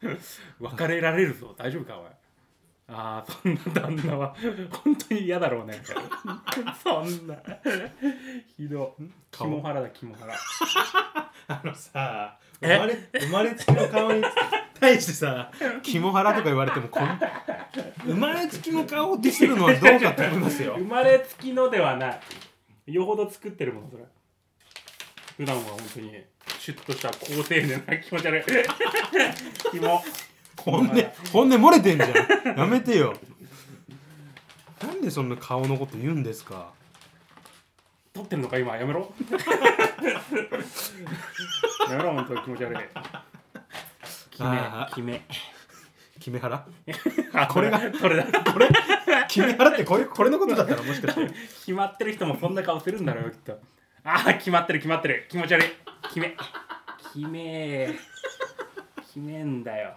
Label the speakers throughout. Speaker 1: 別れられるぞ大丈夫かおいああそんな旦那は本当に嫌だろうね そんなひどい
Speaker 2: 顔
Speaker 1: 肝腹だ肝腹
Speaker 2: あのさ
Speaker 1: え
Speaker 2: 生まれ生まれつきの顔に対して さ「肝腹」とか言われてもこの生まれつきの顔をディスるのはどうかと思いますよ
Speaker 1: 生まれつきのではないよほど作ってるものそれ普段は本当にシュッとした高青年な気持ち悪い 肝
Speaker 2: 本音本音漏れてんじゃんやめてよなんでそんな顔のこと言うんですか
Speaker 1: 撮ってんのか今やめ ろやめろ本当に気持ち悪い
Speaker 2: あー
Speaker 1: 決め
Speaker 2: キメハ ラ
Speaker 1: 決めあ
Speaker 2: こ れが
Speaker 1: それだ
Speaker 2: これキメハラってこれこれのことだったらもしかして
Speaker 1: 決まってる人もそんな顔するんだろうよきっとああ決まってる決まってる気持ち悪い決め決め決めんだよ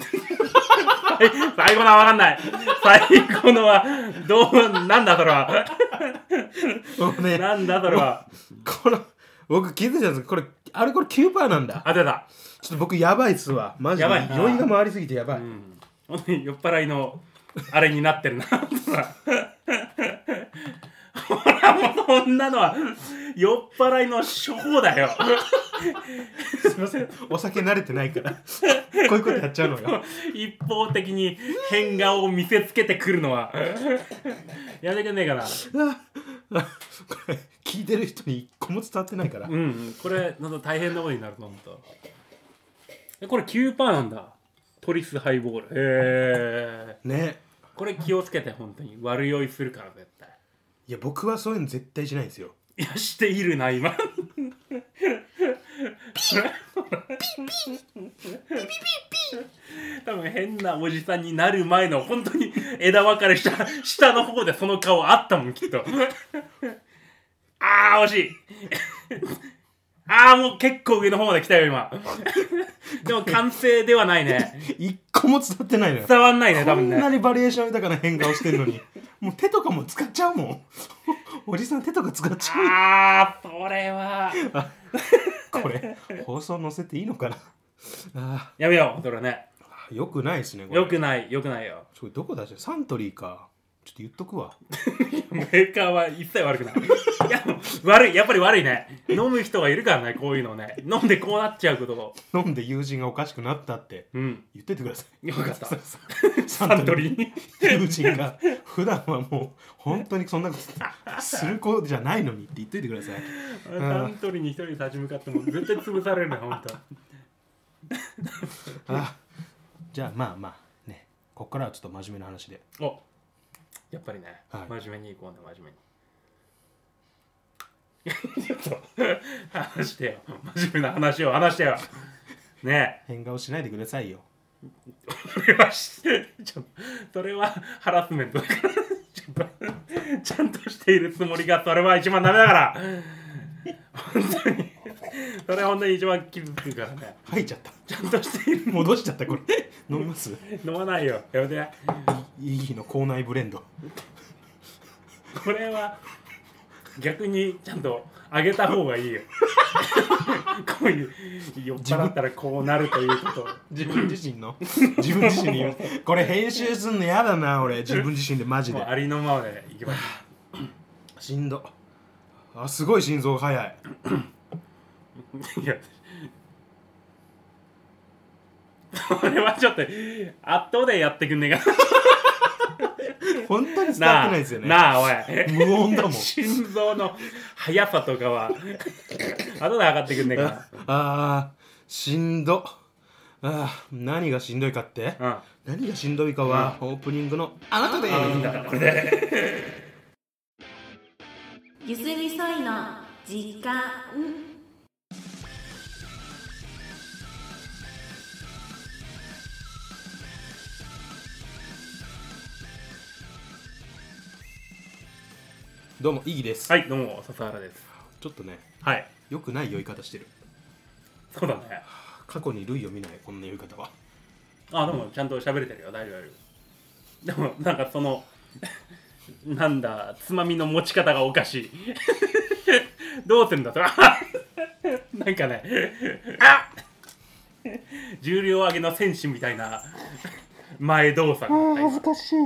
Speaker 1: 最後のは分かんない最後のはどうなんだそれは
Speaker 2: もうね
Speaker 1: なんだそれは
Speaker 2: この僕気づいたんですけどこれアルコール9%なんだ
Speaker 1: 当てた、
Speaker 2: ちょっと僕やばいっすわマジで
Speaker 1: やばいな
Speaker 2: 酔いが回りすぎてやば
Speaker 1: う
Speaker 2: い、
Speaker 1: ん、本当に酔っ払いのあれになってるなほらもうそんなのは酔っ払いの処方だよ
Speaker 2: すいませんお酒慣れてないからこういうことやっちゃうのよ
Speaker 1: 一方的に変顔を見せつけてくるのはやめてくんねえかな
Speaker 2: ああこれ聞いてる人に一個も伝わってないから、
Speaker 1: うんうんこれなんか大変なことになると思ったえこれ9%なんだトリスハイボールへえ
Speaker 2: ね
Speaker 1: これ気をつけて本当に悪酔いするから絶対
Speaker 2: いや僕はそういうの絶対しないんですよ
Speaker 1: いやしているな今多分変なおじさんになる前の本当に枝分かれした下の方でその顔あったもんきっとああ惜しいああもう結構上の方まで来たよ今でも完成ではないね
Speaker 2: 一個も伝わってないのよ
Speaker 1: 伝わんないね多
Speaker 2: こ
Speaker 1: 分
Speaker 2: んな
Speaker 1: ね
Speaker 2: にバリエーション豊かな変顔してんのに もう手とかも使っちゃうもんおじさん手とか使っちゃう
Speaker 1: ああそれは
Speaker 2: これ放送載せていいのかなあ
Speaker 1: やめようそれはね
Speaker 2: あよくないですねこれ
Speaker 1: よくないよくないよ
Speaker 2: ちょどこだっけサントリーかちょっと言っとくわ
Speaker 1: メーカーは一切悪くない。いや、悪い、やっぱり悪いね。飲む人がいるからね、こういうのね。飲んでこうなっちゃうことを。
Speaker 2: 飲んで友人がおかしくなったって
Speaker 1: うん。
Speaker 2: 言っててください
Speaker 1: よかった。
Speaker 2: サ
Speaker 1: サントリーに。
Speaker 2: ー友人が普段はもう本当にそんなことする子じゃないのにって言っといてください
Speaker 1: サントリーに一人立ち向かっても絶対潰されるね、ほんと。
Speaker 2: あじゃあまあまあねこっからはちょっと真面目な話で
Speaker 1: おやっぱりね、
Speaker 2: はい
Speaker 1: 真面目に行こうね、真面目に。 ちょっと、話してよ。真面目な話を話してよ。ねえ。
Speaker 2: 変顔しないでくださいよ
Speaker 1: それはし、ちょっと、それはハラスメントだから、ちょっと、ちゃんとしているつもりが、それは一番ダメだから。本当に、それは本当に一番傷つくからね。
Speaker 2: 吐いちゃった
Speaker 1: ちゃんとしている。
Speaker 2: 戻しちゃったこれ飲みます
Speaker 1: 飲まないよ。やめて。
Speaker 2: いいの口内ブレンド
Speaker 1: これは、逆にちゃんとあげた方がいいよ。こういう、酔っ払ったらこうなるということを。
Speaker 2: 自分自身の自分自身に言うこれ編集すんのやだな俺自分自身でマジ
Speaker 1: もう
Speaker 2: で
Speaker 1: ありのままでいきましょ。
Speaker 2: しんどあすごい心臓が速いう
Speaker 1: いやこれはちょっと後でやってくんねえかな
Speaker 2: 本当に伝わ
Speaker 1: な
Speaker 2: って
Speaker 1: あ
Speaker 2: ないですよね
Speaker 1: なあおい
Speaker 2: 無音だもん
Speaker 1: 心臓の速さとかは後で測ってくんねえか
Speaker 2: あーしんどあー何がしんどいかって
Speaker 1: なうん
Speaker 2: 何がしんどいかはオープニングのあなたで
Speaker 3: ゆすりそいの時間
Speaker 2: どうもイギです
Speaker 1: はいどうも笹原です
Speaker 2: ちょっとね
Speaker 1: はい
Speaker 2: 良くない酔い方してる
Speaker 1: そうだね
Speaker 2: 過去に類を見ないこんな酔い方は
Speaker 1: あでもちゃんと喋れてるよ大丈夫大丈夫でもなんか そのなんだつまみの持ち方がおかしい どうするんだそれあなんかねあ重量上げの選手みたいな前動作があった今
Speaker 4: 難しい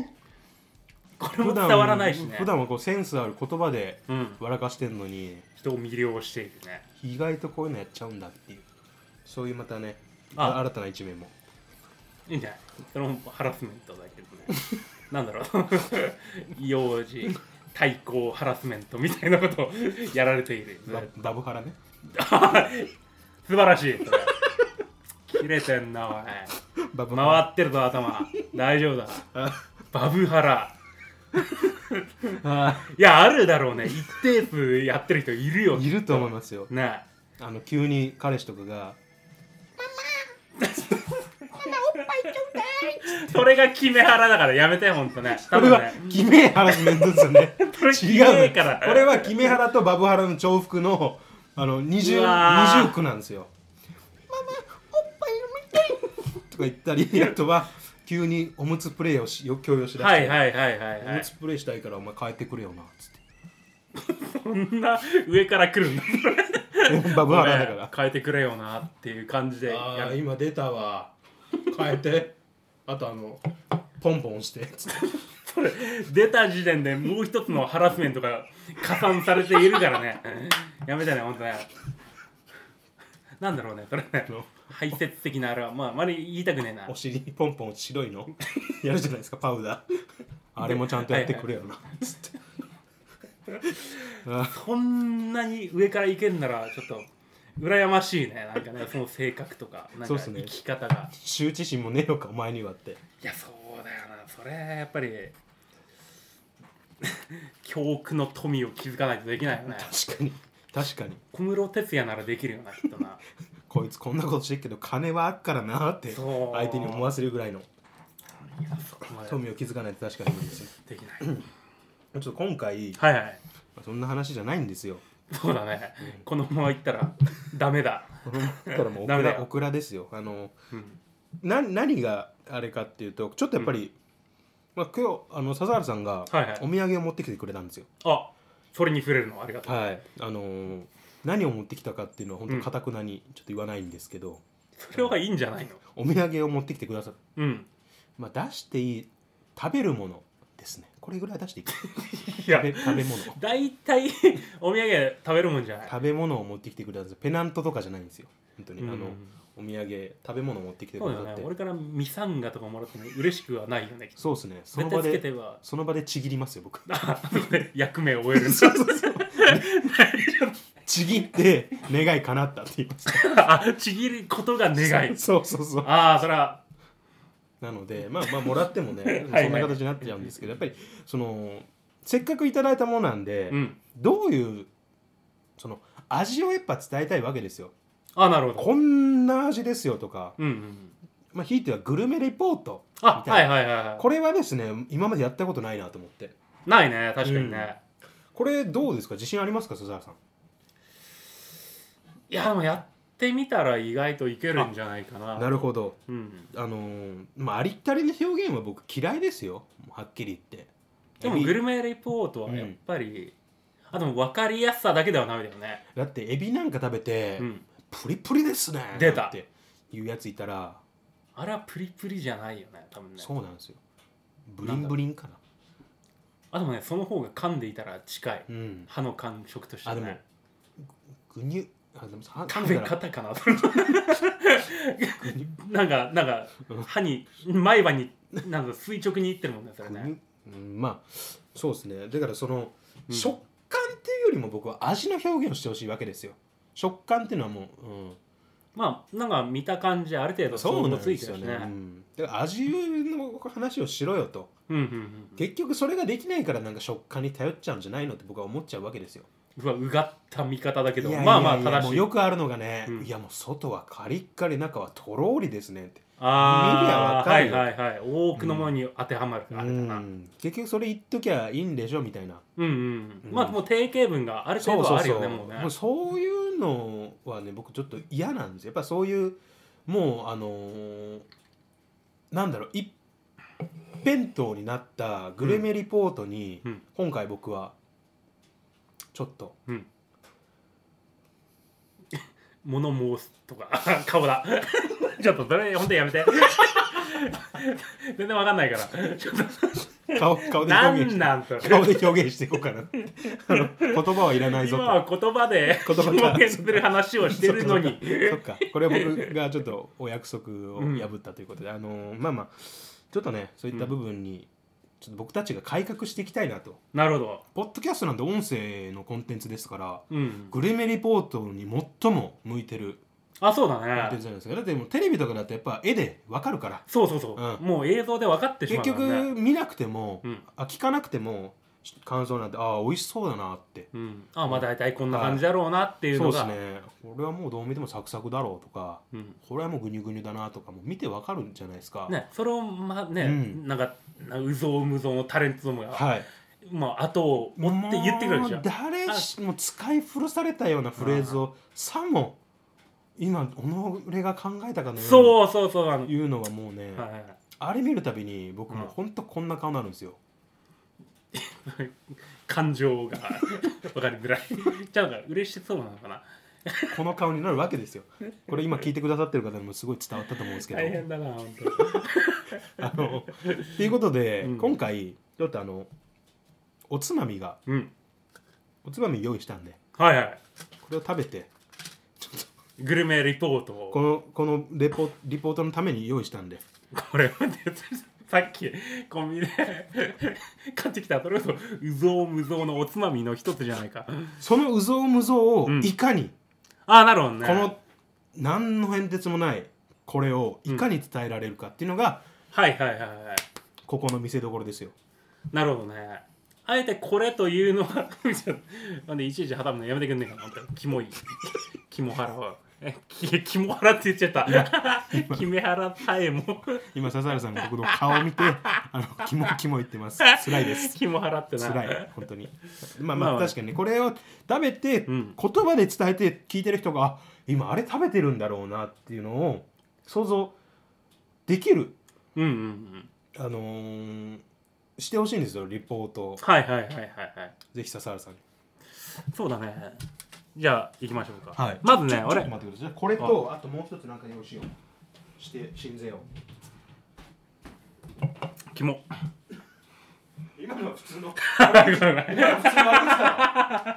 Speaker 1: これも伝わらないしね
Speaker 2: 普段はこうセンスある言葉で
Speaker 1: うん
Speaker 2: 笑かしてんのに、
Speaker 1: 人を魅了しているね
Speaker 2: 意外とこういうのやっちゃうんだっていうそういうまたね
Speaker 1: あ
Speaker 2: 新たな一面も
Speaker 1: いいんじゃないそれもハラスメントだけどねなんだろう幼児対抗ハラスメントみたいなことをやられている
Speaker 2: ダダブハラね
Speaker 1: 素晴ら しいそれ切れてんなおい
Speaker 2: バブ
Speaker 1: 回ってるぞ頭大丈夫だ
Speaker 2: あ
Speaker 1: バブハラ
Speaker 2: あ
Speaker 1: いやあるだろうね一定数やってる人いるよ
Speaker 2: いると思いますよ
Speaker 1: ね
Speaker 2: あの急に彼氏とかが
Speaker 1: えそれが決めハラだからやめてほんとね
Speaker 2: こ
Speaker 1: 多
Speaker 2: れ
Speaker 1: 分
Speaker 2: は
Speaker 1: ね
Speaker 2: 決めハラスメントですよね
Speaker 1: これ
Speaker 2: 違
Speaker 1: 決め
Speaker 2: うの
Speaker 1: から
Speaker 2: これは決めハラとバブハラの重複のあの二重
Speaker 1: うわー
Speaker 2: 二重苦なんですよママおっぱい飲みたいと か言ったりあとは急におむつプレイをしよ強要しだして
Speaker 1: はいはいはいはい
Speaker 2: お
Speaker 1: は
Speaker 2: む
Speaker 1: い
Speaker 2: つプレイしたいからお前変えてくれよなっつ って
Speaker 1: そんな上から来るんだ
Speaker 2: バブハラだから
Speaker 1: 変えてくれよなっていう感じでや
Speaker 2: あー
Speaker 1: る
Speaker 2: 今出たわ変えてあとあのポンポンしてつって
Speaker 1: それ出た時点でもう一つのハラスメントが加算されているからねやめたねほんとねなんだろうねそれね
Speaker 2: あの
Speaker 1: 排泄的なあれはまああまり言いたくねえな
Speaker 2: お尻にポンポン白いのやるじゃないですかパウダーあれもちゃんとやってくれよなつってあ
Speaker 1: こんなに上からいけんならちょっと羨ましいねなんか ねその性格とかなんか
Speaker 2: そうっす
Speaker 1: 生
Speaker 2: ね
Speaker 1: き方が、
Speaker 2: 羞恥心もねえのかお前にはって
Speaker 1: いやそうだよなそれやっぱり 教育の富を築かないとできないよね
Speaker 2: 確かに確かに
Speaker 1: 小室哲哉ならできるよなきっと な
Speaker 2: こいつこんなことしてるけど金はあっからなって
Speaker 1: そう
Speaker 2: 相手に思わせるぐらいの
Speaker 1: いやそこまで
Speaker 2: 富を築かないと確かに無理ですね
Speaker 1: できない
Speaker 2: ちょっと今回
Speaker 1: はいはい
Speaker 2: そんな話じゃないんですよ
Speaker 1: そうだねこのままいったら ダメだ、
Speaker 2: この だからもうオ
Speaker 1: ダメ
Speaker 2: ク
Speaker 1: だ
Speaker 2: ラ
Speaker 1: よ
Speaker 2: オクラですよあの
Speaker 1: うん、
Speaker 2: な何があれかっていうとちょっとやっぱり、まあ、今日あの笹原さんが
Speaker 1: はいはい
Speaker 2: お土産を持ってきてくれたんですよ。
Speaker 1: あそれに触れるのありがとう
Speaker 2: はいあのー何を持ってきたかっていうのは本
Speaker 1: う
Speaker 2: 当
Speaker 1: ん
Speaker 2: かたくなにちょっと言わないんですけど、
Speaker 1: それはいいんじゃないの
Speaker 2: お土産を持ってきてくださる、
Speaker 1: うん
Speaker 2: まあ、出していい食べるものですねこれぐらい出して いい
Speaker 1: いや
Speaker 2: 食べ食べ物
Speaker 1: 大体お土産食べるもんじゃない
Speaker 2: 食べ物を持ってきてくれたんですよペナントとかじゃないんですよ本当に、
Speaker 1: うん
Speaker 2: あのお土産食べ物を持ってきて
Speaker 1: そ
Speaker 2: く
Speaker 1: う
Speaker 2: だ
Speaker 1: だ
Speaker 2: さっ
Speaker 1: よ
Speaker 2: て
Speaker 1: ね俺からミサンガとかもらっても嬉しくはないよねきっと
Speaker 2: そうですねその
Speaker 1: 絶
Speaker 2: 場
Speaker 1: 対つけて
Speaker 2: で
Speaker 1: は
Speaker 2: その場でちぎりますよ 僕
Speaker 1: あ役目を終えるんだ
Speaker 2: ちぎって願い叶ったって言います
Speaker 1: あちぎることが願い
Speaker 2: そうそうそう
Speaker 1: ああそれは
Speaker 2: なのでまあまあもらってもね
Speaker 1: はい
Speaker 2: そんな形になっちゃうんですけどやっぱりそのせっかくいただいたものなんで、
Speaker 1: うん
Speaker 2: どういうその味をやっぱ伝えたいわけですよ
Speaker 1: あなるほど
Speaker 2: こんな味ですよとか、
Speaker 1: うんうん
Speaker 2: まあ、ひいてはグルメレポート
Speaker 1: あ
Speaker 2: みた
Speaker 1: はいい
Speaker 2: な
Speaker 1: はいはいは
Speaker 2: これはですね今までやったことないなと思って
Speaker 1: いないね確かにね、
Speaker 2: これどうですか自信ありますか笹原さん
Speaker 1: いやでもやってみたら意外といけるんじゃないかな
Speaker 2: なるほど
Speaker 1: うん、
Speaker 2: あのーまあありったりの表現は僕嫌いですよはっきり言って
Speaker 1: でもグルメレポートはやっぱり、あでも分かりやすさだけではないだよね、
Speaker 2: だってエビなんか食べて、
Speaker 1: うん、
Speaker 2: プリプリですね
Speaker 1: 出た
Speaker 2: っていうやついたら
Speaker 1: あれはプリプリじゃないよね多分ね
Speaker 2: そうなんですよブリンブリンかな
Speaker 1: あでもねその方が噛んでいたら近い
Speaker 2: うん
Speaker 1: 歯の感触として
Speaker 2: あでも
Speaker 1: ね
Speaker 2: ぐにゅあでもさ噛
Speaker 1: 食
Speaker 2: ん
Speaker 1: べ
Speaker 2: だら
Speaker 1: 方かな なんかなんか
Speaker 2: うん
Speaker 1: 歯に前歯になんか垂直にいってるもんねそれ
Speaker 2: ぐに
Speaker 1: ね
Speaker 2: ゅうんまあそうですねだからその、
Speaker 1: うん
Speaker 2: 食感っていうよりも僕は味の表現をしてほしいわけですよ食感っていうのはもう、うん
Speaker 1: まあなんか見た感じある程度
Speaker 2: そうなん
Speaker 1: つい
Speaker 2: で
Speaker 1: て
Speaker 2: す
Speaker 1: る
Speaker 2: よ
Speaker 1: し
Speaker 2: ね、う
Speaker 1: ね
Speaker 2: ん、だから味の話をしろよと
Speaker 1: うんうんうんうん
Speaker 2: 結局それができないからなんか食感に頼っちゃうんじゃないのって僕は思っちゃうわけですよ
Speaker 1: うわうがった見方だけど
Speaker 2: いやいや
Speaker 1: まあまあ
Speaker 2: いや
Speaker 1: 正
Speaker 2: も
Speaker 1: し
Speaker 2: う
Speaker 1: い
Speaker 2: よくあるのがね、
Speaker 1: うん
Speaker 2: いやもう外はカリッカリ中はとろーりですねって見りゃ
Speaker 1: あ
Speaker 2: わ
Speaker 1: あ
Speaker 2: か
Speaker 1: は
Speaker 2: る
Speaker 1: い
Speaker 2: よ
Speaker 1: はいはい多くのものに当てはまるからあれだな
Speaker 2: うん結局それ言っときゃいいんでしょみたいな
Speaker 1: うんうんまあもう定型文がある程度はあるよねもうね
Speaker 2: もうそういうのはね僕ちょっと嫌なんですよやっぱそういうもうあのーなんだろう一辺倒になったグルメリポートに、
Speaker 1: うん
Speaker 2: 今回僕はちょっと、
Speaker 1: うん物申すとか 顔だちょっとそれ本当にやめて 全然わかんないからちょっ
Speaker 2: 顔顔
Speaker 1: と
Speaker 2: で
Speaker 1: な
Speaker 2: 表現
Speaker 1: ん
Speaker 2: して
Speaker 1: なんと
Speaker 2: 顔で表現していこうかな あの言葉はいらないぞ
Speaker 1: 今
Speaker 2: と
Speaker 1: は言葉で
Speaker 2: 言葉か
Speaker 1: 表現する話をしてるのに
Speaker 2: そっかこれは僕がちょっとお約束を
Speaker 1: うん
Speaker 2: 破ったということで、あのーまあまあちょっとねそういった部分に、ちょっと僕たちが改革していきたいなと
Speaker 1: なるほど
Speaker 2: ポッドキャストなんて音声のコンテンツですから
Speaker 1: うん
Speaker 2: グルメリポートに最も向いてる
Speaker 1: あそうだ
Speaker 2: コンテン
Speaker 1: ね
Speaker 2: ツじゃないですかだってもうテレビとかだとやっぱ絵でわかるから
Speaker 1: そうそうそう、
Speaker 2: うん
Speaker 1: もう映像で分かってしま
Speaker 2: 結
Speaker 1: うからね
Speaker 2: 局見なくても、
Speaker 1: うん
Speaker 2: あ聞かなくても感想なんてああ美味しそうだなって
Speaker 1: うん、あまあ大体こんな感じだろうなっていう
Speaker 2: そ
Speaker 1: の
Speaker 2: うで
Speaker 1: が
Speaker 2: すねこれはもうどう見てもサクサクだろうとか
Speaker 1: うん
Speaker 2: これはもうグニュグニュだなとかも見てわかるんじゃないですか、
Speaker 1: ね、それをまあね、
Speaker 2: うん
Speaker 1: なんかなうぞうむぞうのタレントどもが、
Speaker 2: はい
Speaker 1: まあ後を持って言ってくるわけじゃ
Speaker 2: もうん誰しも使い古されたようなフレーズをさも今己が考えたかのよ
Speaker 1: そうそうそうあの
Speaker 2: うに言うのはもうね、
Speaker 1: はいはい
Speaker 2: あれ見るたびに僕も
Speaker 1: うん
Speaker 2: ほんとこんな顔になるんですよ、
Speaker 1: 感情が わかりづらいじゃあなんか嬉しそうなのかな
Speaker 2: この顔になるわけですよこれ今聞いてくださってる方にもすごい伝わったと思うんですけど
Speaker 1: 大変だな本
Speaker 2: あのということで、
Speaker 1: うん
Speaker 2: 今回ちょっとあのおつまみが
Speaker 1: 当うん
Speaker 2: おつまみ用意したんで
Speaker 1: はいはい
Speaker 2: これを食べて
Speaker 1: グルメリポートを
Speaker 2: このこのレポリポートのために用意したんで
Speaker 1: これ待って さっきコンビニで買ってきたそれこそうぞうむぞうのおつまみの一つじゃないか
Speaker 2: そのうぞうむぞうを
Speaker 1: うん
Speaker 2: いかに、
Speaker 1: ああなるほどね
Speaker 2: この何の変哲もないこれをいかに伝えられるかっていうのが、
Speaker 1: はいはいはいはい
Speaker 2: ここの見せどころですよ
Speaker 1: なるほどねあえてこれというのはちょっとなんでいちいち挟むのやめてくんねえかな本当にキモいキモハラはえきキモハラって言っちゃった キメハラさえも
Speaker 2: 今笹原さんが僕の顔を見 てあのキモキモ言ってます 辛いです
Speaker 1: キモハラってな
Speaker 2: 辛い本当にまあまあ、
Speaker 1: まあ
Speaker 2: 確かにねこれを食べて、
Speaker 1: うん
Speaker 2: 言葉で伝えて聞いてる人があ今あれ食べてるんだろうなっていうのを想像できる、
Speaker 1: うんうんうん
Speaker 2: あのーしてほしいんですよリポートを
Speaker 1: はいはいはいはいはい
Speaker 2: ぜひ笹原さんに
Speaker 1: そうだねじゃあ行きましょうか、
Speaker 2: はい
Speaker 1: まずね
Speaker 2: ちょっ
Speaker 1: 俺
Speaker 2: と待ってくださいこれとあともう一つなんか用意しようして神前を
Speaker 1: キ モ
Speaker 2: 今のは普通
Speaker 1: は
Speaker 2: の今のは普通のあれですから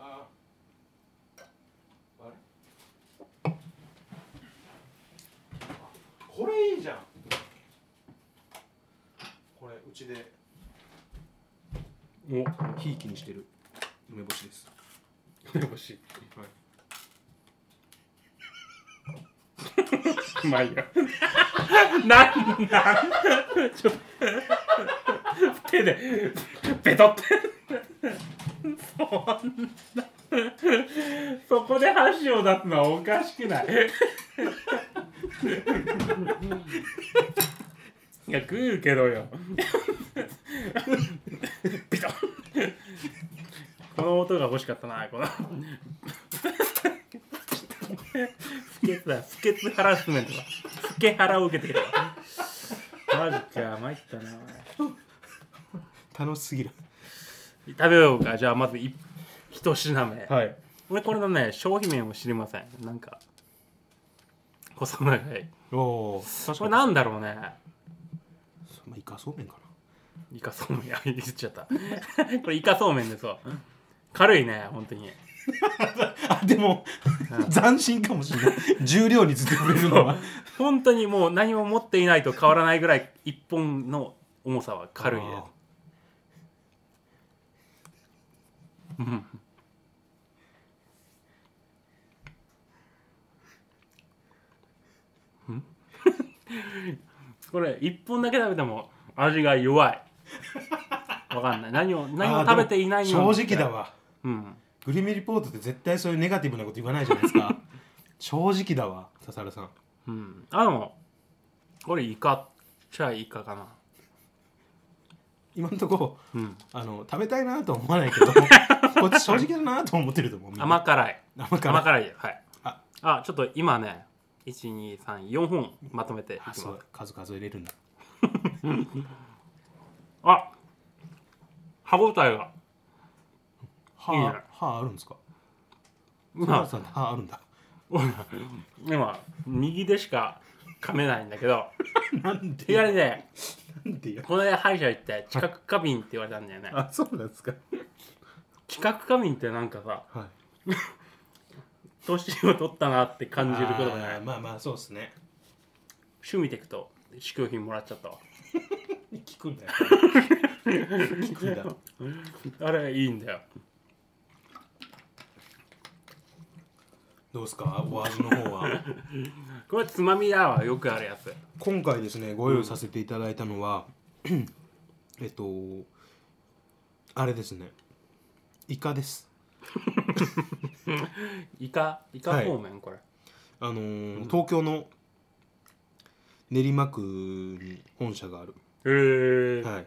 Speaker 2: ああれこれいいじゃんこれうちで
Speaker 1: もう
Speaker 2: ひいきにしてる梅干しです
Speaker 1: 欲しいまあいいや。なんなんちょっと手でベトってそんなそこで箸を出すのはおかしくないいや食うけどよベトこの音が欲しかったなこの不潔だ不潔ハラスメントだ不潔ハラを受けてるマジか参ったな
Speaker 2: 楽しすぎる
Speaker 1: 食べようかじゃあまずい一品目、
Speaker 2: はい
Speaker 1: 俺これのね商品名も知りませんなんか細長い
Speaker 2: おおー確
Speaker 1: こ
Speaker 2: か
Speaker 1: れ
Speaker 2: に
Speaker 1: なんだろうね
Speaker 2: まあ、イカそうめんかな
Speaker 1: イカそうめんいや言っちゃったこれイカそうめんですわ軽いね本当に
Speaker 2: あでも、斬新かもしれない重量にずっと触れるのは
Speaker 1: 本当にもう何も持っていないと変わらないぐらい一本の重さは軽いです
Speaker 2: あ
Speaker 1: うんんこれ一本だけ食べても味が弱いわかんない何を
Speaker 2: ー
Speaker 1: 何も
Speaker 2: あー
Speaker 1: 食べていない
Speaker 2: で
Speaker 1: よう
Speaker 2: も
Speaker 1: に
Speaker 2: 正直だわ
Speaker 1: うん
Speaker 2: グルメリポートって絶対そういうネガティブなこと言わないじゃないで すか正直だわ笹原さん
Speaker 1: うんあでもこれイカっちゃイカかな
Speaker 2: 今のとこ
Speaker 1: うん
Speaker 2: あの食べたいなとは思わない けどこっち正直だなとは思ってると思うみんな
Speaker 1: 甘辛い
Speaker 2: 甘辛
Speaker 1: 甘辛いですはい
Speaker 2: あ
Speaker 1: あちょっと今ね1234本まとめていき
Speaker 2: あ
Speaker 1: ます
Speaker 2: そう数数えれるんだ
Speaker 1: あ歯ごたえが
Speaker 2: 歯
Speaker 1: いいじゃない
Speaker 2: 歯あるんですか
Speaker 1: まあ
Speaker 2: まあさんって歯あるんだ
Speaker 1: 今右でしか噛めないんだけど
Speaker 2: なんで
Speaker 1: 左で
Speaker 2: なんでよ
Speaker 1: この間歯医者行って知覚過敏って言われたんだよね
Speaker 2: あそうなんですか
Speaker 1: 知覚過敏ってなんかさ
Speaker 2: はい
Speaker 1: 年を取ったなって感じることがない
Speaker 2: あーまあまあそうですね
Speaker 1: 趣味テクと試供品もらっちゃったわ
Speaker 2: 聞くん だよ聞くんだ
Speaker 1: あれいいんだよ
Speaker 2: どうですかお味の方は
Speaker 1: これつまみだわよくあるやつ
Speaker 2: 今回ですねご用意させていただいたのは、 えっとあれですねイカです
Speaker 1: イカイカ方面、これ
Speaker 2: あのー東京の練馬区に本社がある、
Speaker 1: へえ、
Speaker 2: はい、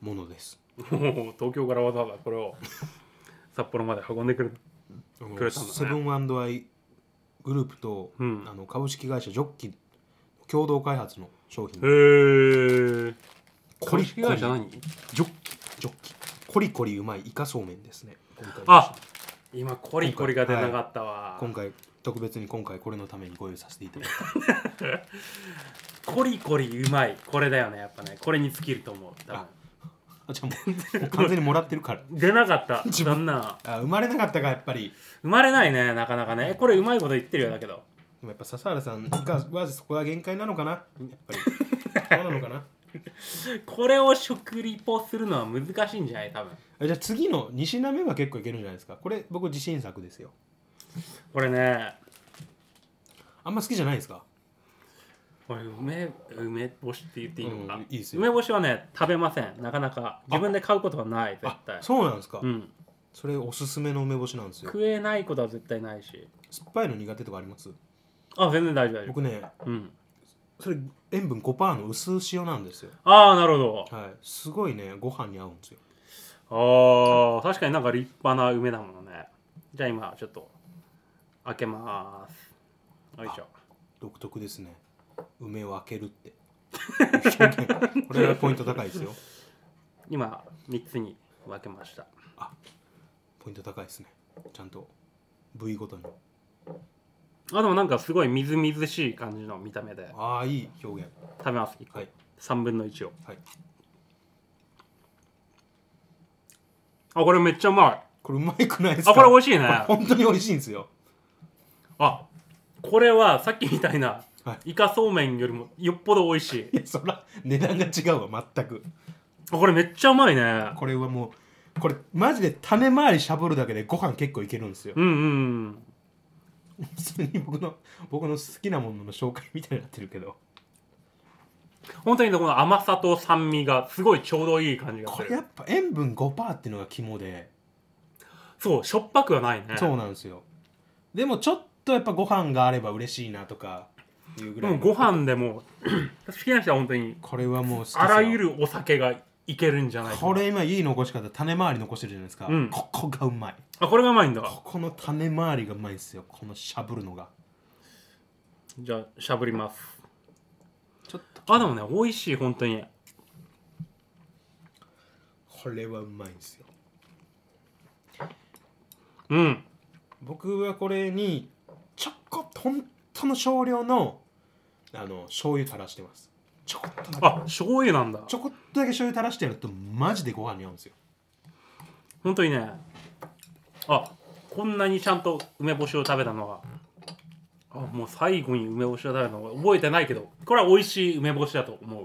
Speaker 2: ものです
Speaker 1: もう東京からわざわざこれを札幌まで運んでくれた
Speaker 2: あの
Speaker 1: くれたんだね
Speaker 2: セブンアイグループと、
Speaker 1: うん
Speaker 2: あの株式会社ジョッキ共同開発の商品
Speaker 1: へえ
Speaker 2: コリコリ
Speaker 1: 会社何
Speaker 2: ジョッキジョッキコリコリうまいイカそうめんですね今回
Speaker 1: あ今コリコリが出なかったわ、
Speaker 2: 今回特別に今回これのためにご用意させていただいた
Speaker 1: コリコリうまいこれだよねやっぱねこれに尽きると思う多分
Speaker 2: ああじゃあもうもう完全にもらってるから
Speaker 1: 出なかった
Speaker 2: 自分
Speaker 1: 旦那
Speaker 2: あ生まれなかったかやっぱり
Speaker 1: 生まれないねなかなかねこれうまいこと言ってるよだけど
Speaker 2: でもやっぱ笹原さんがはそこが限界なのかなやっぱりそうなのかな
Speaker 1: これを食リポするのは難しいんじゃない多分
Speaker 2: あじゃあ次の2品目は結構いけるんじゃないですかこれ僕自信作ですよ
Speaker 1: これね
Speaker 2: あんま好きじゃないですか
Speaker 1: これ梅梅干しって言っていいのか、
Speaker 2: うんいいですよ
Speaker 1: 梅干しはね食べませんなかなか自分で買うことはない絶対
Speaker 2: あそうなんですか、
Speaker 1: うん、
Speaker 2: それおすすめの梅干しなんですよ
Speaker 1: 食えないことは絶対ないし
Speaker 2: 酸っぱいの苦手とかあります
Speaker 1: あ全然大丈夫大丈
Speaker 2: 僕ね
Speaker 1: 夫、うん、
Speaker 2: それ塩分5%の薄塩なんですよ
Speaker 1: ああなるほ
Speaker 2: はいすごいねご飯に合うんですよ
Speaker 1: どああ確かになんか立派な梅だもんねじゃあ今ちょっと開けまーすよいしょ
Speaker 2: 独特ですね梅を開けるって これがポイント高いですよ
Speaker 1: 今3つに分けました
Speaker 2: ポイント高いですねちゃんと部位ごとに
Speaker 1: あでもなんかすごいみずみずしい感じの見た目で
Speaker 2: ああいい表現
Speaker 1: 食べます一個、
Speaker 2: はい
Speaker 1: 3分の1を
Speaker 2: はい
Speaker 1: あこれめっちゃうま
Speaker 2: これうまいくないで
Speaker 1: い
Speaker 2: すか
Speaker 1: あこれ美
Speaker 2: おい
Speaker 1: 味しいね
Speaker 2: 本当に美味しいんですよ
Speaker 1: あこれはさっきみたいな
Speaker 2: は
Speaker 1: イカそうめんよりもよっぽど美味しい
Speaker 2: いやそら値段が違うわ全く
Speaker 1: あこれめっちゃうまいね
Speaker 2: これはもうこれマジで種回りしゃぶるだけでご飯結構いけるんですよ
Speaker 1: うんうん
Speaker 2: 普通に僕の僕の好きなものの紹介みたいになってるけど
Speaker 1: 本当にねこの甘さと酸味がすごいちょうどいい感じがす
Speaker 2: これや
Speaker 1: る
Speaker 2: っぱ塩分5%っていうのが肝で
Speaker 1: そうしょっぱくはないね
Speaker 2: そうなんですよでもちょっとやっぱご飯があれば嬉しいなとかいう
Speaker 1: で
Speaker 2: ぐらい
Speaker 1: もご
Speaker 2: の
Speaker 1: 飯で も好きな人は本当に
Speaker 2: これはもう好きですよ
Speaker 1: あらゆるお酒がいけるんじゃないかな
Speaker 2: これ今いい残し方種回り残してるじゃないですか、
Speaker 1: うん
Speaker 2: ここがうまい
Speaker 1: あこれがうまいんだ
Speaker 2: ここの種回りがうまいんですよこのしゃぶるのが
Speaker 1: じゃあしゃぶります
Speaker 2: ちょっと
Speaker 1: あでもね美味しい本当に
Speaker 2: これはうまいんですよ
Speaker 1: うん
Speaker 2: 僕はこれにちょこっとほんとの少量のあの醤油垂らしてますちょこっとだけ
Speaker 1: あ醤油なんだ
Speaker 2: ちょこっとだけ醤油垂らしてやるとマジでご飯に合うんですよ
Speaker 1: 本当にねあこんなにちゃんと梅干しを食べたのはあもう最後に梅干しを食べたのは覚えてないけどこれは美味しい梅干しだと思う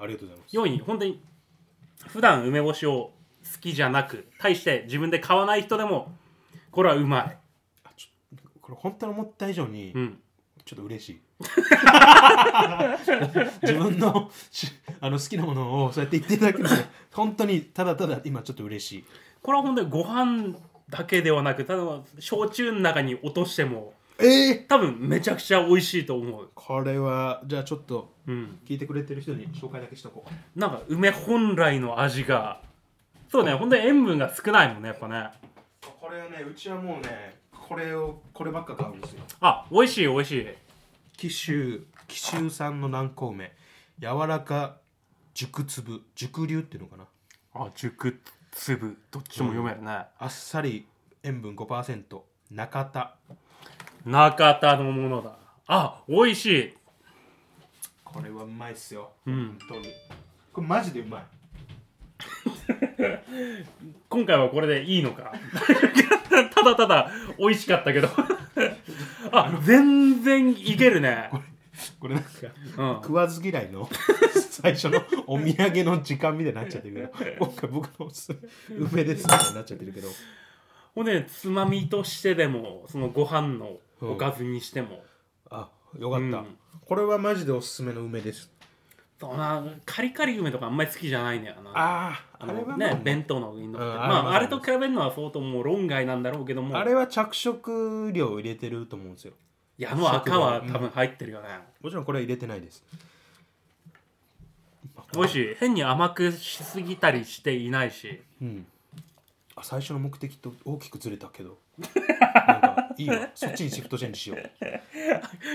Speaker 2: ありがとうございます
Speaker 1: 4位本当に普段梅干しを好きじゃなく対して自分で買わない人でもこれはうまい
Speaker 2: あちょこれ本当に思った以上に、
Speaker 1: うん
Speaker 2: ちょっと嬉しい 自分のしあの好きなものをそうやって言っていただけるので本当にただただ今ちょっと嬉しい
Speaker 1: これは本当にご飯だけではなくただ焼酎の中に落としても
Speaker 2: ええ
Speaker 1: 多分めちゃくちゃ美味しいと思う
Speaker 2: これはじゃあちょっと
Speaker 1: うん
Speaker 2: 聞いてくれてる人に紹介だけしとこう
Speaker 1: なんか梅本来の味がそうね本当に塩分が少ないもんねやっぱね
Speaker 2: これはねうちはもうねこれをこればっか買うんですよ
Speaker 1: あ美味しい美味しい
Speaker 2: 紀州紀州産の南高梅柔らか熟粒熟粒っていうのかな
Speaker 1: あ熟粒どっちも読めるね、
Speaker 2: あっさり塩分5%中田
Speaker 1: 中田のものだあ美味しい
Speaker 2: これはうまいっすよ
Speaker 1: うん
Speaker 2: 本当にこれマジでうまい
Speaker 1: 今回はこれでいいの かただただ美味しかったけ どあ全然いけるね、
Speaker 2: これなんか
Speaker 1: うん、
Speaker 2: 食わず嫌いの 最初のお土産の時間みたいになっちゃってる けど今回僕のおすすめ梅ですみたいになっちゃってるけど
Speaker 1: ほんでつまみとしてでもそのご飯のおかずにしても、
Speaker 2: あよかった、
Speaker 1: うん
Speaker 2: これはマジでおすすめの梅です
Speaker 1: そうなカリカリ梅とかあんまり好きじゃないのよな
Speaker 2: あああ
Speaker 1: あ
Speaker 2: れ
Speaker 1: の
Speaker 2: は
Speaker 1: ね
Speaker 2: ね
Speaker 1: 弁当の上に乗って
Speaker 2: う
Speaker 1: る
Speaker 2: ん
Speaker 1: ま
Speaker 2: あれは
Speaker 1: ああれと比べるのは相当もう論外なんだろうけども
Speaker 2: あれは着色料を入れてると思うんですよ
Speaker 1: いやあの赤は多分入ってるよね、
Speaker 2: もちろんこれは入れてないです
Speaker 1: 美味しい変に甘くしすぎたりしていないし
Speaker 2: うんあ最初の目的と大きくずれたけどなんかいいわそっちにシフトチェンジしよう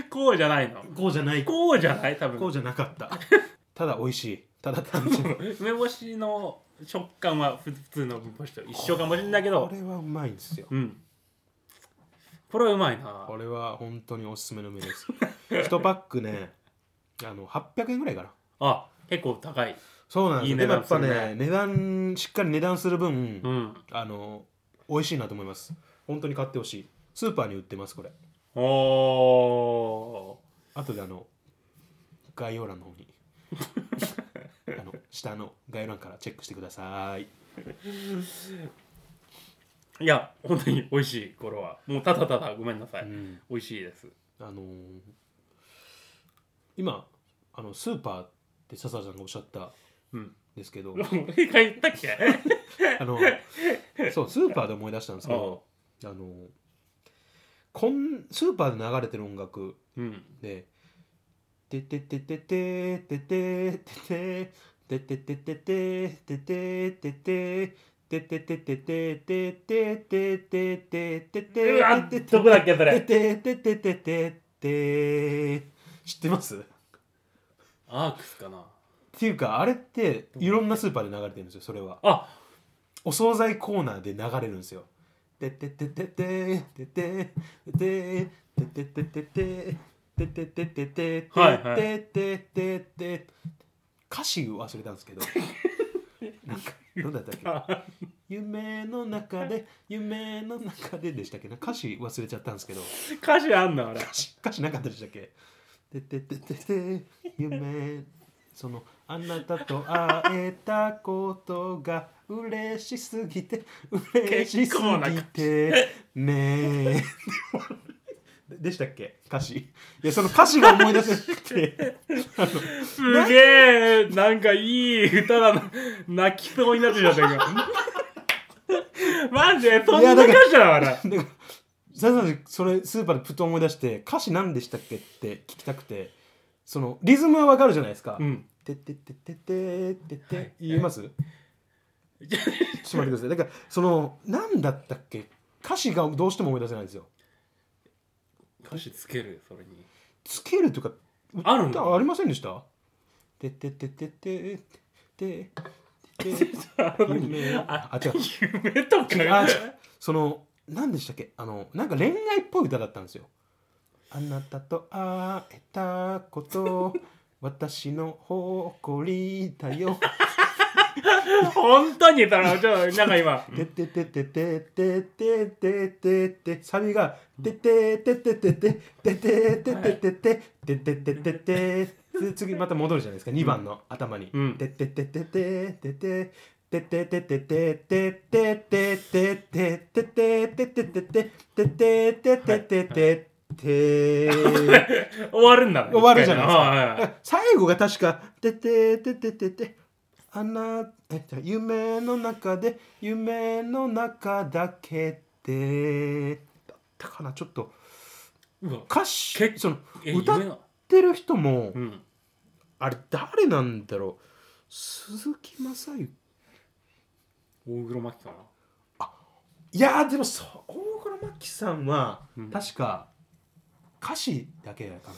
Speaker 1: こうじゃないの
Speaker 2: こうじゃない
Speaker 1: こうじゃない多分
Speaker 2: こうじゃなかった ただ美味しいただ単 純に
Speaker 1: 梅干しの食感は普通の梅干しと一緒かもしれないけ
Speaker 2: こ
Speaker 1: ど
Speaker 2: れはうまいんですよ
Speaker 1: うんこれはうまいな
Speaker 2: これは本当におすすめの梅です 1パックねあの800円ぐらいかな
Speaker 1: あ結構高い
Speaker 2: そうなんですよ
Speaker 1: いい値段
Speaker 2: でもやっぱ
Speaker 1: するね
Speaker 2: ね値段しっかり値段する分、
Speaker 1: うん
Speaker 2: あの美味しいなと思います本当に買ってほしいスーパーに売ってますこれ
Speaker 1: おお
Speaker 2: 後であの概要欄の方 にあの下の概要欄からチェックしてください
Speaker 1: いや本当に美味しいこれはもうただただごめんなさい、
Speaker 2: うん
Speaker 1: 美味しいです
Speaker 2: あのー今あのスーパーって笹田さんがおっしゃったん
Speaker 1: うん
Speaker 2: ですけど
Speaker 1: 俺が言ったっけ
Speaker 2: あのそうスーパーで思い出したんですけどあのーこんスーパーで流れてる音楽
Speaker 1: うん
Speaker 2: で「ててててててててててててててててててててててててててててて
Speaker 1: うわどこだっけそれ
Speaker 2: てててててて知ってますっ
Speaker 1: アークスかな
Speaker 2: ていうかあれっていろんなスーパーで流れてるんですよそれは
Speaker 1: あ
Speaker 2: お惣菜コーナーで流れるんですよてててててててててててててててててててててて歌詞忘れたんですけどなんか何だったっけ
Speaker 1: あ
Speaker 2: 夢の中で夢の中ででしたっけな歌詞忘れちゃったんですけど
Speaker 1: 歌詞あんのあれ
Speaker 2: 歌詞歌詞なかったでしたっけててててて夢そのあなたと会えたことが嬉しすぎて嬉しす
Speaker 1: 結構な
Speaker 2: ぎてねえででしたっけ歌詞いやその歌詞が思い出せなくてあの
Speaker 1: すげえなんかいい歌だな泣きそうになってきちゃったよ今マジでそん
Speaker 2: いや
Speaker 1: な
Speaker 2: だ
Speaker 1: 歌
Speaker 2: から
Speaker 1: 詞なのあれ
Speaker 2: だからさっさとそれスーパーでふと思い出して歌詞何でしたっけって聞きたくてそのリズムはわかるじゃないですか、
Speaker 1: うん
Speaker 2: てってってってってってって言えます、ちょっと待ってくださいだからその何だったっけ歌詞がどうしても思い出せないんですよ
Speaker 1: 歌詞つけるそれに
Speaker 2: つけるとか
Speaker 1: あるんだ
Speaker 2: 歌ありませんでしたてってってってってってって 夢
Speaker 1: あ
Speaker 2: あ違う
Speaker 1: 夢と
Speaker 2: あ
Speaker 1: か
Speaker 2: その何でしたっけあのなんか恋愛っぽい歌だったんですよあなたと会えたこと私の誇りだよ
Speaker 1: 本当にそのちょっとなんか今
Speaker 2: ててててててててててサビがててててててててててててててててて次また戻るじゃないですか2番の頭にてててててててててててててててててててててててててて
Speaker 1: 終わるんだね
Speaker 2: 終わるじゃないですか
Speaker 1: はいはいはい
Speaker 2: 最後が確か「てててててて」あなえじゃあ夢の中で夢の中だけでだったかなちょっと
Speaker 1: うわ
Speaker 2: 歌詞
Speaker 1: 結
Speaker 2: その
Speaker 1: え
Speaker 2: 歌っ
Speaker 1: 夢の
Speaker 2: てる人も、
Speaker 1: うん
Speaker 2: あれ誰なんだろう鈴木雅之
Speaker 1: 大黒摩季かない
Speaker 2: やーでもそう大黒摩季さんは、
Speaker 1: うん
Speaker 2: 確か歌詞だけか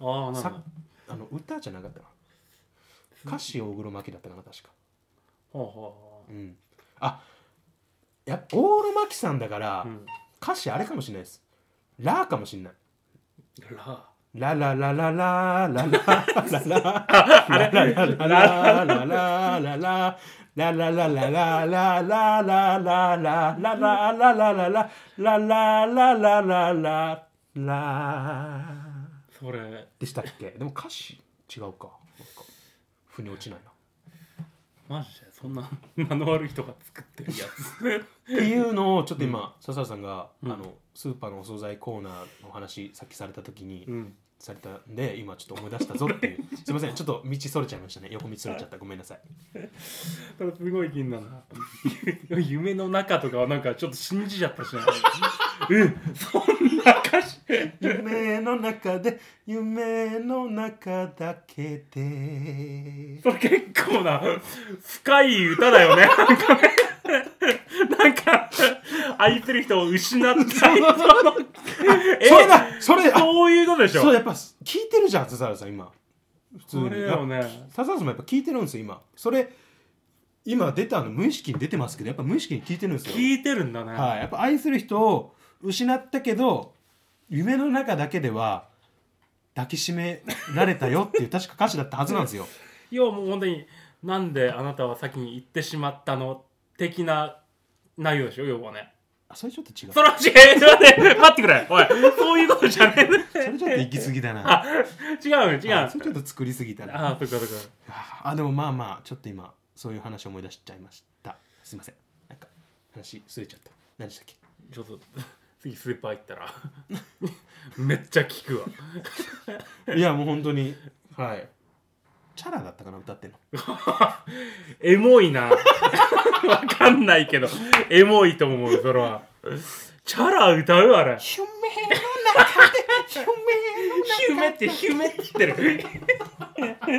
Speaker 2: な
Speaker 1: ああなるほ
Speaker 2: さあの歌じゃなかったな歌詞大黒摩季だったかな確か
Speaker 1: どはあはあはあ
Speaker 2: うん、あやっぱ大呂真紀さんだから、
Speaker 1: うん
Speaker 2: 歌詞あれかもしれないですラーかもしれない
Speaker 1: ラ
Speaker 2: ララララララララララ
Speaker 1: ああれ
Speaker 2: ラララララララララララララララララララララララララララララララララ
Speaker 1: それ
Speaker 2: でしたっけでも歌詞違うかなんか腑に落ちないな
Speaker 1: マジでそんな名の悪い人が作ってるや つ
Speaker 2: っていうのをちょっと今笹原さんが、
Speaker 1: うん
Speaker 2: あのスーパーのお惣菜コーナーの話さっきされた時に、
Speaker 1: うん
Speaker 2: されたんで今ちょっと思い出したぞっていう すいませんちょっと道それちゃいましたね横道それちゃったごめんなさい
Speaker 1: ただすごい気になるな 夢の中とかはなんかちょっと信じちゃった しなうんそんな歌詞
Speaker 2: 夢の中で夢の中だけで
Speaker 1: それ結構な深い歌だよねなんかねなんか愛する人を失った人のえ
Speaker 2: それだそれあ
Speaker 1: そういうのでしょ
Speaker 2: そうやっぱ聞いてるじゃん笹原さん今普通
Speaker 1: それだよね
Speaker 2: 笹原さんもやっぱ聞いてるんですよ今それ今出たの無意識に出てますけどやっぱ無意識に聞いてるんですよ
Speaker 1: 聞いてるんだね、
Speaker 2: はい、やっぱ愛する人を失ったけど夢の中だけでは抱きしめられたよっていう確か歌詞だったはずなん ですよ。
Speaker 1: 要はもう本当になんであなたは先に行ってしまったの的な内容でしょ要はね
Speaker 2: あそれちょっと違
Speaker 1: そ
Speaker 2: う。そ
Speaker 1: れは違う待って待ってくれおいそういうことじゃねえ
Speaker 2: れちょっと行き過ぎだな。
Speaker 1: あ違うよ違う
Speaker 2: あ
Speaker 1: あ
Speaker 2: それちょっと作りすぎたな。
Speaker 1: あそっかそっか
Speaker 2: あでもまあまあちょっと今そういう話を思い出しちゃいました。すいません。なんか話すれちゃった。何でしたっけ。
Speaker 1: ちょっと次スーパー行ったらめっちゃ聞くわ
Speaker 2: いやもう本当にはい。チャラだったかな歌って んの。
Speaker 1: エモいな わかんないけどエモいと思うそれはチャラ歌うあれ
Speaker 2: 夢の中で夢の
Speaker 1: ヒュメってヒュメって言ってる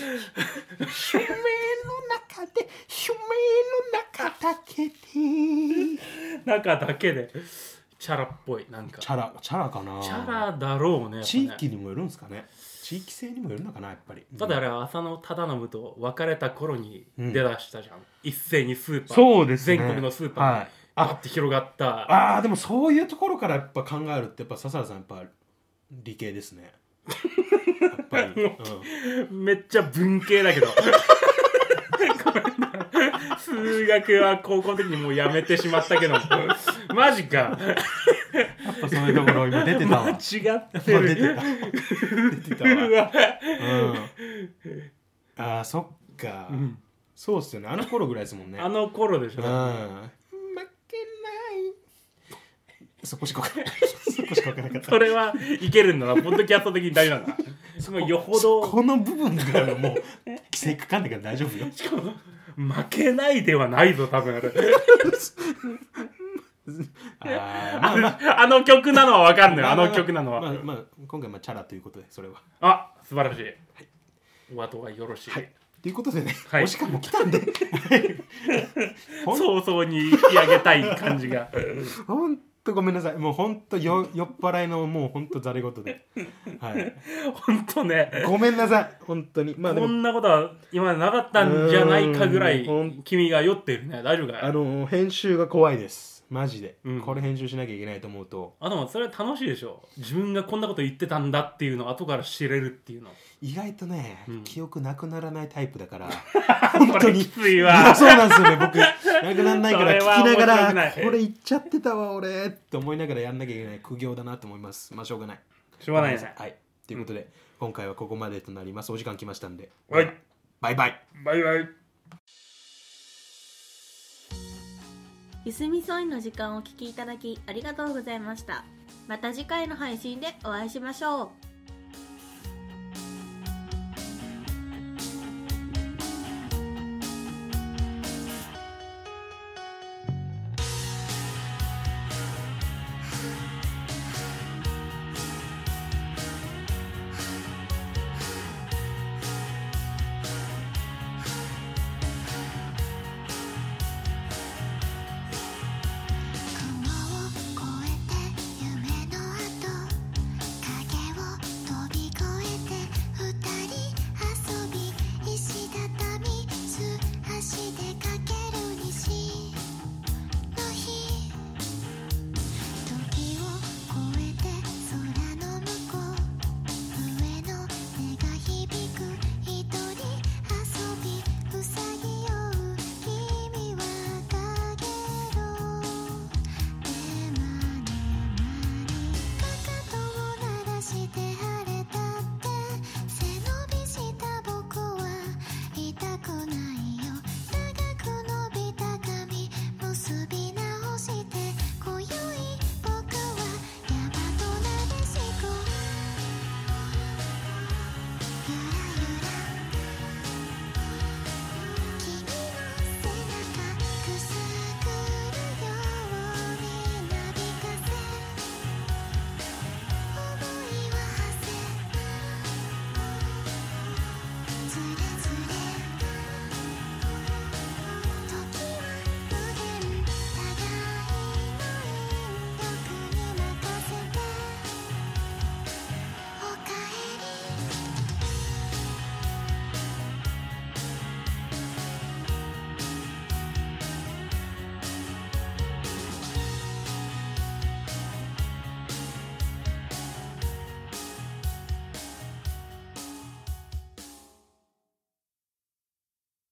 Speaker 2: 夢の中で夢の中だけで
Speaker 1: 中だけでチャラっぽいなんか
Speaker 2: チャラチャラかな
Speaker 1: チャラだろうねやっぱね
Speaker 2: 地域にもよるんですかね地域性にもよるのかなやっぱり
Speaker 1: ただあれは浅野忠信と別れた頃に
Speaker 2: うん
Speaker 1: 出だしたじゃん、一斉にスーパー
Speaker 2: そうですね
Speaker 1: 全国のスーパ
Speaker 2: は
Speaker 1: ー
Speaker 2: い
Speaker 1: にバッて広がった
Speaker 2: ああでもそういうところからやっぱ考えるってやっぱ笹原さんやっぱ理系ですねや っぱり、うん、
Speaker 1: めっちゃ文系だけどごめんな数学は高校の時にもうやめてしまったけどマジか
Speaker 2: やっぱそういうところ今出て たわ
Speaker 1: 間違
Speaker 2: やっ
Speaker 1: って
Speaker 2: ぱ
Speaker 1: る
Speaker 2: 出てた出てた
Speaker 1: う
Speaker 2: わ、
Speaker 1: わ
Speaker 2: うん、ああそっか、
Speaker 1: うん
Speaker 2: そうっすよねあの頃ぐらいですもんね
Speaker 1: あの頃でし
Speaker 2: う
Speaker 1: ょ、
Speaker 2: ん。負けない。そこしか分からなかった。そこしか分からなか
Speaker 1: そ
Speaker 2: っ
Speaker 1: れはいけるんだなポッドキャスト的に大事なんだすごいよほ
Speaker 2: た。
Speaker 1: ど
Speaker 2: この部分がもう、規制かかんないから大丈夫よ。
Speaker 1: しかも負けないではないぞ多分あれ
Speaker 2: あーまあまあ、
Speaker 1: あの曲なのはわかんないあ
Speaker 2: まま
Speaker 1: の曲なのは、
Speaker 2: まあまあ、今回、まあ、チャラということで、それは。
Speaker 1: あ素晴らしい、お後がよろしい、
Speaker 2: はい。ということでね、
Speaker 1: はい
Speaker 2: お時間も来たん で、ほん
Speaker 1: 早々に引き上げたい感じ が
Speaker 2: ほんとごめんなさい。もうほんとよ酔っ払いの、もうほんとざれ言で。はい。
Speaker 1: 本当ね
Speaker 2: ごめんなさい。ほんとに。まあで
Speaker 1: こ
Speaker 2: も、
Speaker 1: んなことは今までなかったんじゃないかぐら
Speaker 2: う
Speaker 1: い
Speaker 2: ーんほん
Speaker 1: 君が酔っているね大丈夫か
Speaker 2: あ
Speaker 1: あ
Speaker 2: の、編集が怖いです。マジで。
Speaker 1: うん
Speaker 2: これ編集しなきゃいけないと思うと。
Speaker 1: でもそれは楽しいでしょ自分がこんなこと言ってたんだっていうのを後から知れるっていうの
Speaker 2: 意外とね、
Speaker 1: うん
Speaker 2: 記憶なくならないタイプ だから
Speaker 1: 本
Speaker 2: 当に
Speaker 1: きつい
Speaker 2: いや
Speaker 1: わ
Speaker 2: そうなんですよね僕なくならないから
Speaker 1: それは
Speaker 2: 聞
Speaker 1: 面
Speaker 2: きなが
Speaker 1: 白くな
Speaker 2: ら
Speaker 1: い
Speaker 2: これ言っちゃってたわ俺って思いながらやんなきゃいけない苦行だなと思いますまあしょうがない
Speaker 1: しょうがないね
Speaker 2: はいということで、今回はここまでとなりますお時間来ましたんで
Speaker 1: はい
Speaker 2: バイバイ
Speaker 1: バイバイ
Speaker 3: ゆすみそいの時間をお聞きいただきありがとうございましたまた次回の配信でお会いしましょう